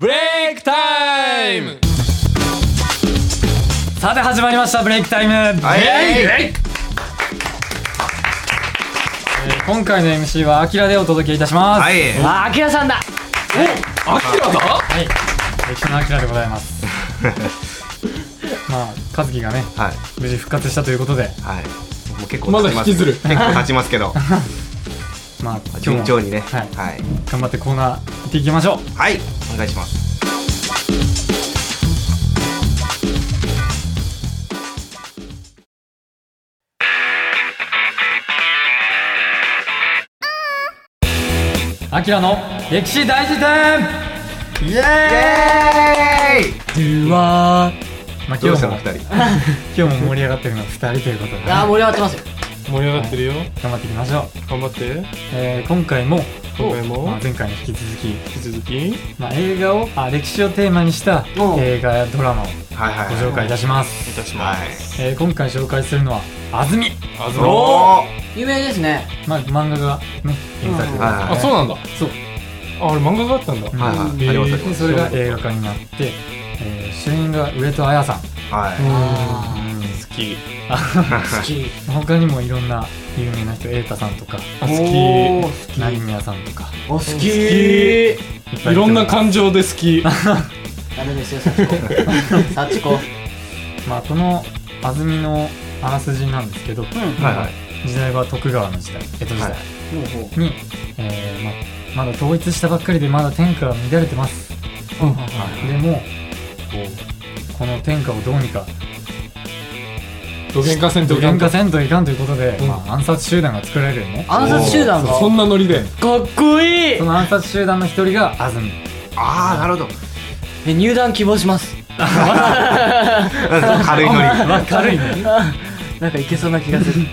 ブレイクタイムさて始まりましたブレイクタイム、はいえー今回の MC はアキラでお届けいたしますはいあアキラさんだアキラだはい歴史のアキラでございますまあ和樹がねはい無事復活したということではいもう結構まだ経引ちまきすずる結 構経ちますけどまあ今日も順調にねはいはい、頑張ってコーナー行っていきましょうはい、お願いしますアキラの歴史大辞典イエーイうわまあど今う日したもの二人今日も盛り上がってるのは2人ということであー盛り上がってますよ盛り上がってるよ頑張っていきましょう、頑張ってえー今回も今回まあも前回に引き続き引き続きまあ、映画をあ歴史をテーマにしたうん映画やドラマをごはいはい紹介いたします、いたしはまいすえー今回紹介するのは「安住あずろおー有名ですねまあ漫画がね原作で、うんはいあそうなんだそうああれ漫画があったんだうんはいはいえーありますありでますそれが映画化になって、えー主演が上戸彩さんはあ好き好き他にもいろんな有名な人瑛太さんとかあおー好好き成宮さんとかお好ききいっ好ぱきいいろんな感情で好きダメですよ幸 子幸子じ、まあ、この安住のあらすじなんですけど、いはいはい時代は徳川の時代江戸時代はほうほうに、えーまあ、まだ統一したばっかりでまだ天下は乱れてます、でもこうこの天下をどうにかどげんかせんどといかげんんかとせんといかんということで、うんまあ、暗殺集団が作られるね暗殺集団がそんなノリでかっこいいその暗殺集団の一人が安住あーなるほどえ入団希望します軽いノリまあ軽いねあなんかいけそうな気がする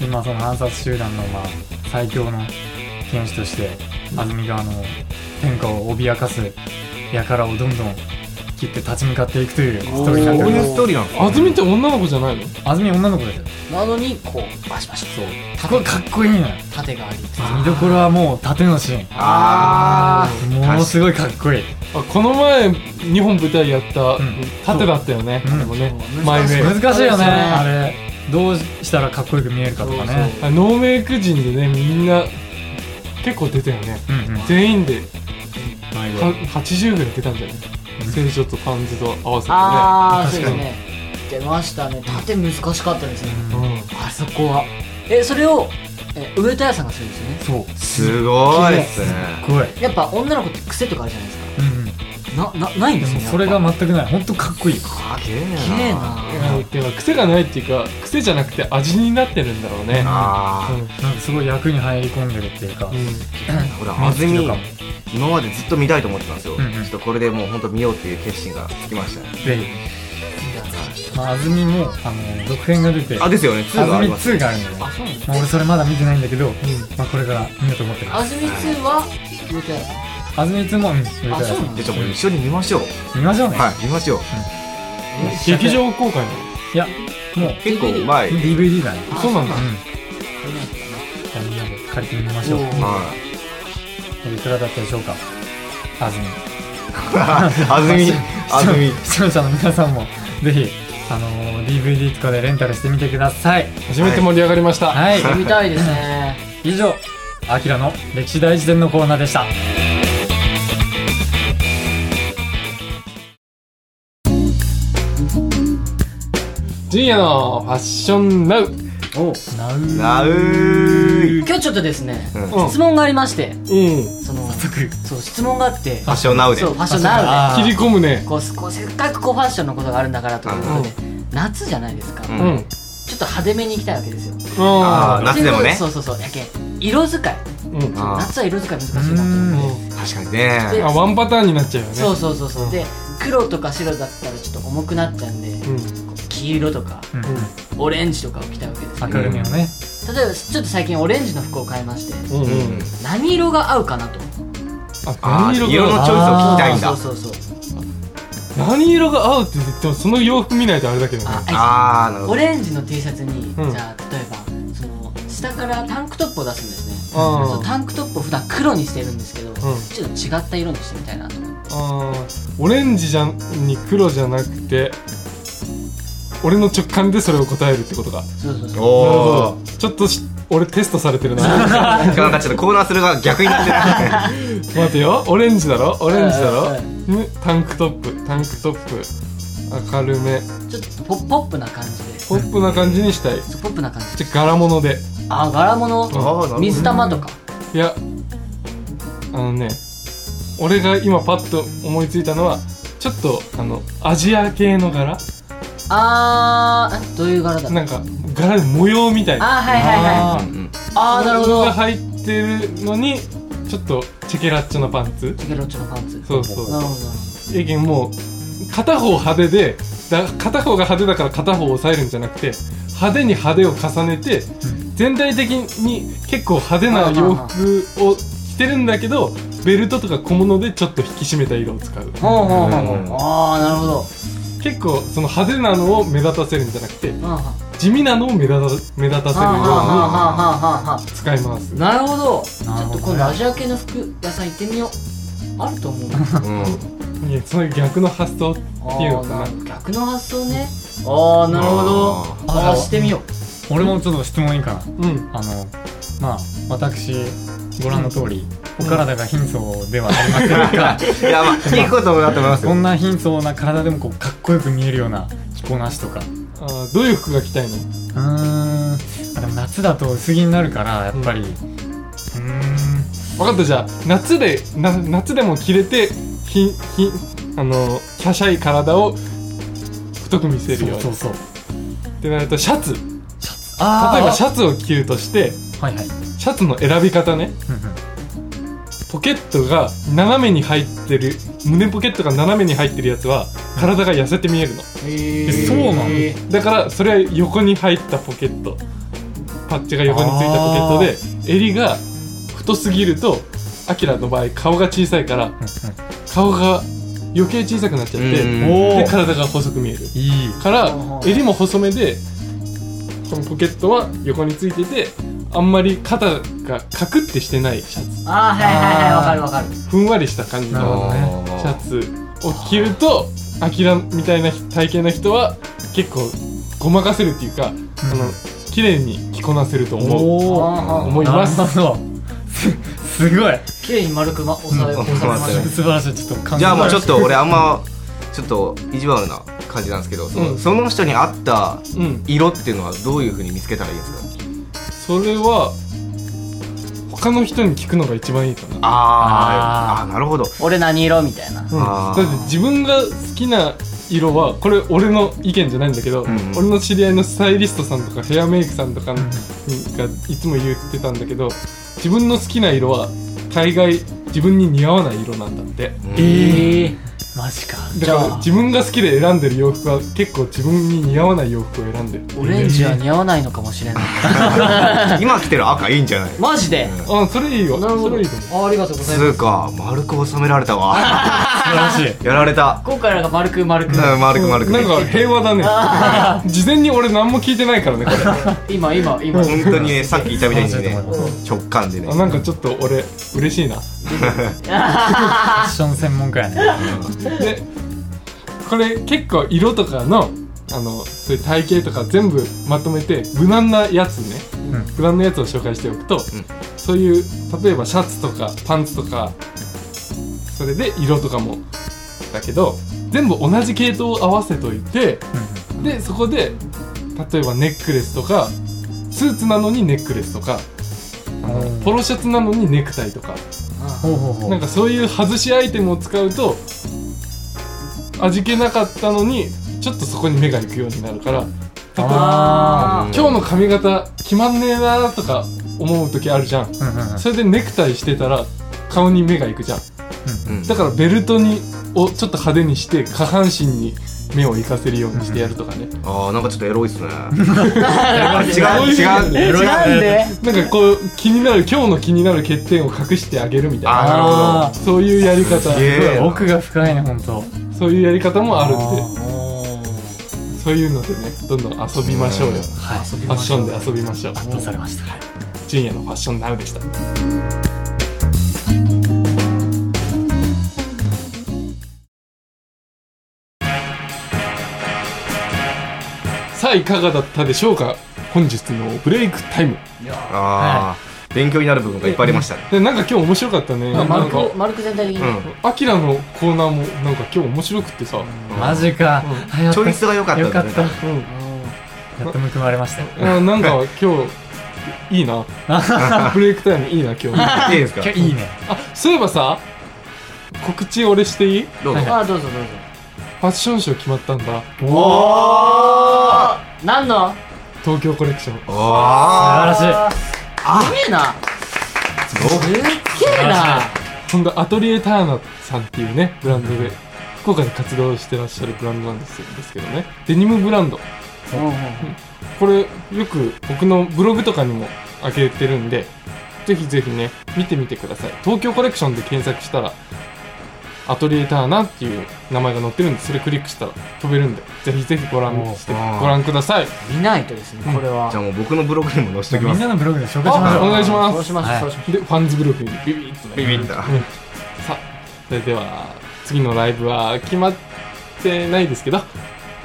で、まあ、その暗殺集団の、まあ、最強の剣士として安住があの天下を脅かす輩をどんどん切って立ち向かっていくというストーリーになっておこうりいまうすストーリーなんですねあずみって女の子じゃないの安住女の子ですよなのにこうバシバシそうこれかっこいいのよ盾があり見どころはもう縦のシーンあものすごいかっこいいあこの前日本舞台やったうん盾だったよねうんあれもねそう前目難しいよねああれどうしたらかっこよく見えるかとかねあノーメイク人でねみんな結構出たよねうんうん全員で迷か子80ぐらい出たんじゃない聖女とパンズと合わせてねああそ確うでかにすね出ましたね盾難しかったですねうんあそこはえそれをえ上戸彩さんがするんですよねそうーすごいですねかっこいいやっぱ女の子って癖とかあるじゃないですうんかななないんでですもねそれがやっ全くない本当かっこいいかっけぱ綺麗えななでも癖がないっていうか癖じゃなくて味になってるんだろうねあうーんなんかすごい役に入り込んでるっていうかほ目ら安つきと住かも今までずっと見たいと思ってたんですよ、うんうんちょっとこれでもう本当見ようっていう決心がつきましたねぜひまあ安住もあの続編が出てあ安ですよね2があり住ます2があるんだよねあそうなんですまあ俺それまだ見てないんだけどまあこれから見ようと思ってます安住2は上戸彩さん安住2もうん見てくだあさそいうなんでだちょっともう一緒に見ましょう、見ましょうねはい見ましょう劇場公開なのいやもう結構前 DVD だねあそうなんだうそんじゃあみんなで借りてみましょうおーはいいくらだったでしょうか安住あず み、あずみ。視聴者の皆さんもぜひあのー DVD とかでレンタルしてみてください初めて盛り上がりましたはい見たいですね以上アキラの歴史大辞典のコーナーでした深夜のファッションナウなうなうーい。今日ちょっとですね、うん質問がありましてうんその早速そう質問があってファッションナウでそ。うファッションあなそう切り込むねのでこうこうせっかくこうファッションのことがあるんだからということで、夏じゃないですか、ううんんうんちょっと派手めに行きたいわけですよあーあ夏でもねそうそうそうやけん色使いうんあー夏は色使い難しいなと思って確かにね。あワンパターンになっちゃうよねそうそうそうそうで黒とか白だったらちょっと重くなっちゃうんで、うんこう黄色とかうんオレンジとかを着たいわけですよ明るみをね例えばちょっと最近オレンジの服を買いましてうんうんうん何色が合うかなとああ何ー、色色がのチョイスを聞きたいんだ。そうあそうそう何色が合うって言ってもその洋服見ないとあれだけどねああー、なるほオど。レンジの T シャツに、うんじゃあ例えばその下からタンクトップを出すんですね、あそのタンクトップを普段黒にしてるんですけど、んちょっと違った色にしてみたいなと思ってあーオレンジじゃんに黒じゃなくて俺の直感でそれを答えるってことかそうそうそうなるほおどちょっとし俺テストされてる なーなんかちょっとコーナーするが逆になってる待てよオレンジだろオレンジだろはいはいんタンクトップタンクトップ明るめちょっとポポップな感じでポップな感じにしたいそうポップな感じじゃ柄物であ柄物ああなるほど水玉とかいやあのね俺が今パッと思いついたのはちょっとあのアジア系の柄あーえどういう柄だなんか柄で模様みたいなあーはいはいはいあーうんああなるほどが入ってるのにちょっとチェケラッチョなパンツチケロッチョのパンツそうそうなるほどなるえけんもう片方派手でだ片方が派手だから片方を抑えるんじゃなくて派手に派手を重ねて全体的に結構派手な洋服を着てるんだけどベルトとか小物でちょっと引き締めた色を使うほどほうほうほううんほうああなるほど結構その派手なのを目立たせるんじゃなくてうんはん地味なのを目立た目立たせるはんはんはよんはんはんはうんに使いますなるほどちなるょほっどねと今度アジア系の服屋さん行ってみようあると思うなあうんいやそういう逆の発想っていうのーかななるほど逆の発想ねああなるほどあーあーしてみよう俺もちょっと質問いいかなうんあのまあ私ご覧の通り、お体が貧相ではありませんが、いやまあいいことだと思い ますそよんな貧相な体でもこうかっこよく見えるような着こなしとかあーどういう服が着たいのうーんあでも夏だと薄着になるからやっぱりうーん分かったじゃあ夏でな夏でも着れてひひあの華奢い体を太く見せるようそうにそうそうってなるとシャツ例あーえばシャツを着るとしてはいはいシャツの選び方ねうんポケットが斜めに入ってる胸ポケットが斜めに入ってるやつは体が痩せて見えるのへえそうなのだからそれは横に入ったポケットパッチが横についたポケットで襟が太すぎるとアキラの場合顔が小さいから顔が余計小さくなっちゃって、ううんんうんおおで体が細く見えるいいからうん襟も細めでこのポケットは横についててあんまり肩がカクってしてないシャツああはいはいはいわかるわかるふんわりした感じなるほのどねシャツを着るとアキラみたいな体型の人は結構ごまかせるっていうか、あの綺麗に着こなせると思うあーおおはんはん思いますなるほどすすごい綺麗に丸くま収めうん収めま収しためねて素晴らしいちょっと感じゃあもうちょっとと俺あんまちょっと意地悪な感じなんですけどその,、うんその人に合ったうん色っていうのはどういうふうに見つけたらいいですかそれは他の人に聞くのが一番いいかなあーあーなるほど俺何色みたいなうんあだっーて自分が好きな色はこれ俺の意見じゃないんだけど、んうん俺の知り合いのスタイリストさんとかヘアメイクさんとかがういつも言ってたんだけど自分の好きな色は大概自分に似合わない色なんだってうんええマジかだかじゃらあ自分が好きで選んでる洋服は結構自分に似合わない洋服を選んでるオレンジは似合わないのかもしれない今着てる赤いいんじゃないマジであそれいいよなるほそどれいいと思うあありがとうございつまうすか丸く収められたわ素晴らしいやられた今回なんか丸く丸くうん丸く丸くなんか平和 だね事前に俺何も聞いてないからねこれあ今今今本当にねさっき言ったみたいにね楽しいと思い直感でねなんかちょっと俺嬉しいなファッション専門家やねでこれ結構色とかのあのそういう体型とか全部まとめて無難なやつね、ん無難なやつを紹介しておくと、そういう例えばシャツとかパンツとかそれで色とかもだけど全部同じ系統を合わせといてでそこで例えばネックレスとかスーツなのにネックレスとかうんポロシャツなのにネクタイとかほうほうほうなんかそういう外しアイテムを使うと味気なかったのにちょっとそこに目が行くようになるから例えばあー今日の髪型決まんねえなーとか思う時あるじゃんうんうんうんそれでネクタイしてたら顔に目が行くじゃんうんだからベルトにをちょっと派手にして下半身に目を行かせるようにしてやるとかねあーなんかちょっとエロいっすねあ違そうういう違う意味エロいなんでなんかこう気になる今日の気になる欠点を隠してあげるみたいなああそういうやり方すげえー奥が深いね本当そういうやり方もあるんででそういうのでね、どんどん遊びましょうよ。うんフはい遊びァッションで遊びましょう。圧倒されましたはい純也のファッションナウでした。はいかがだったでしょうか本日のブレイクタイムあー勉強になる部分がいっぱいありましたねでなんか今日面白かったねまなあ丸んかく丸く全体的うにんアキラのコーナーもなんか今日面白くってさ、マジかうんはやっチとョイスが良かったよんかっだねたうんやっと報われましたよあなんか今日いい なブレイクタイムいいな今日いいですか今日いいねあそういえばさ告知俺していいフどうぞああどうぞどうぞァッションショー決まったんだおー何の東京コレクション素晴あらしいあすげえなーすごいすっげえなほんとアトリエターナさんっていうねブランドで福岡で活動してらっしゃるブランドなんですですけどねデニムブランドうんうんこれよく僕のブログとかにも上げてるんでぜひぜひね見てみてください東京コレクションで検索したらアトリエターナっていう名前が載ってるんでそれクリックしたら飛べるんでぜひぜひご覧しておーご覧ください見ないとですねこれはじゃあもう僕のブログにも載せておきみまんすなのブログで紹介しましあおょう願いしますそうします、はいそうしますでファンズブログにビビッとねビビったさあそれでは次のライブは決まってないですけど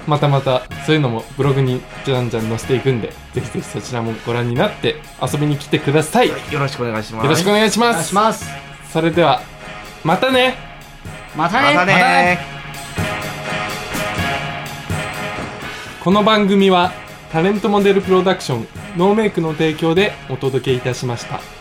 またまたそういうのもブログにじゃんじゃん載せていくんでぜひぜひそちらもご覧になって遊びに来てくださいよよろしくお願いしますろしくお願いしおま願いすしますそれではまたねまたねまたねこの番組はタレントモデルプロダクションノーメイクの提供でお届けいたしました。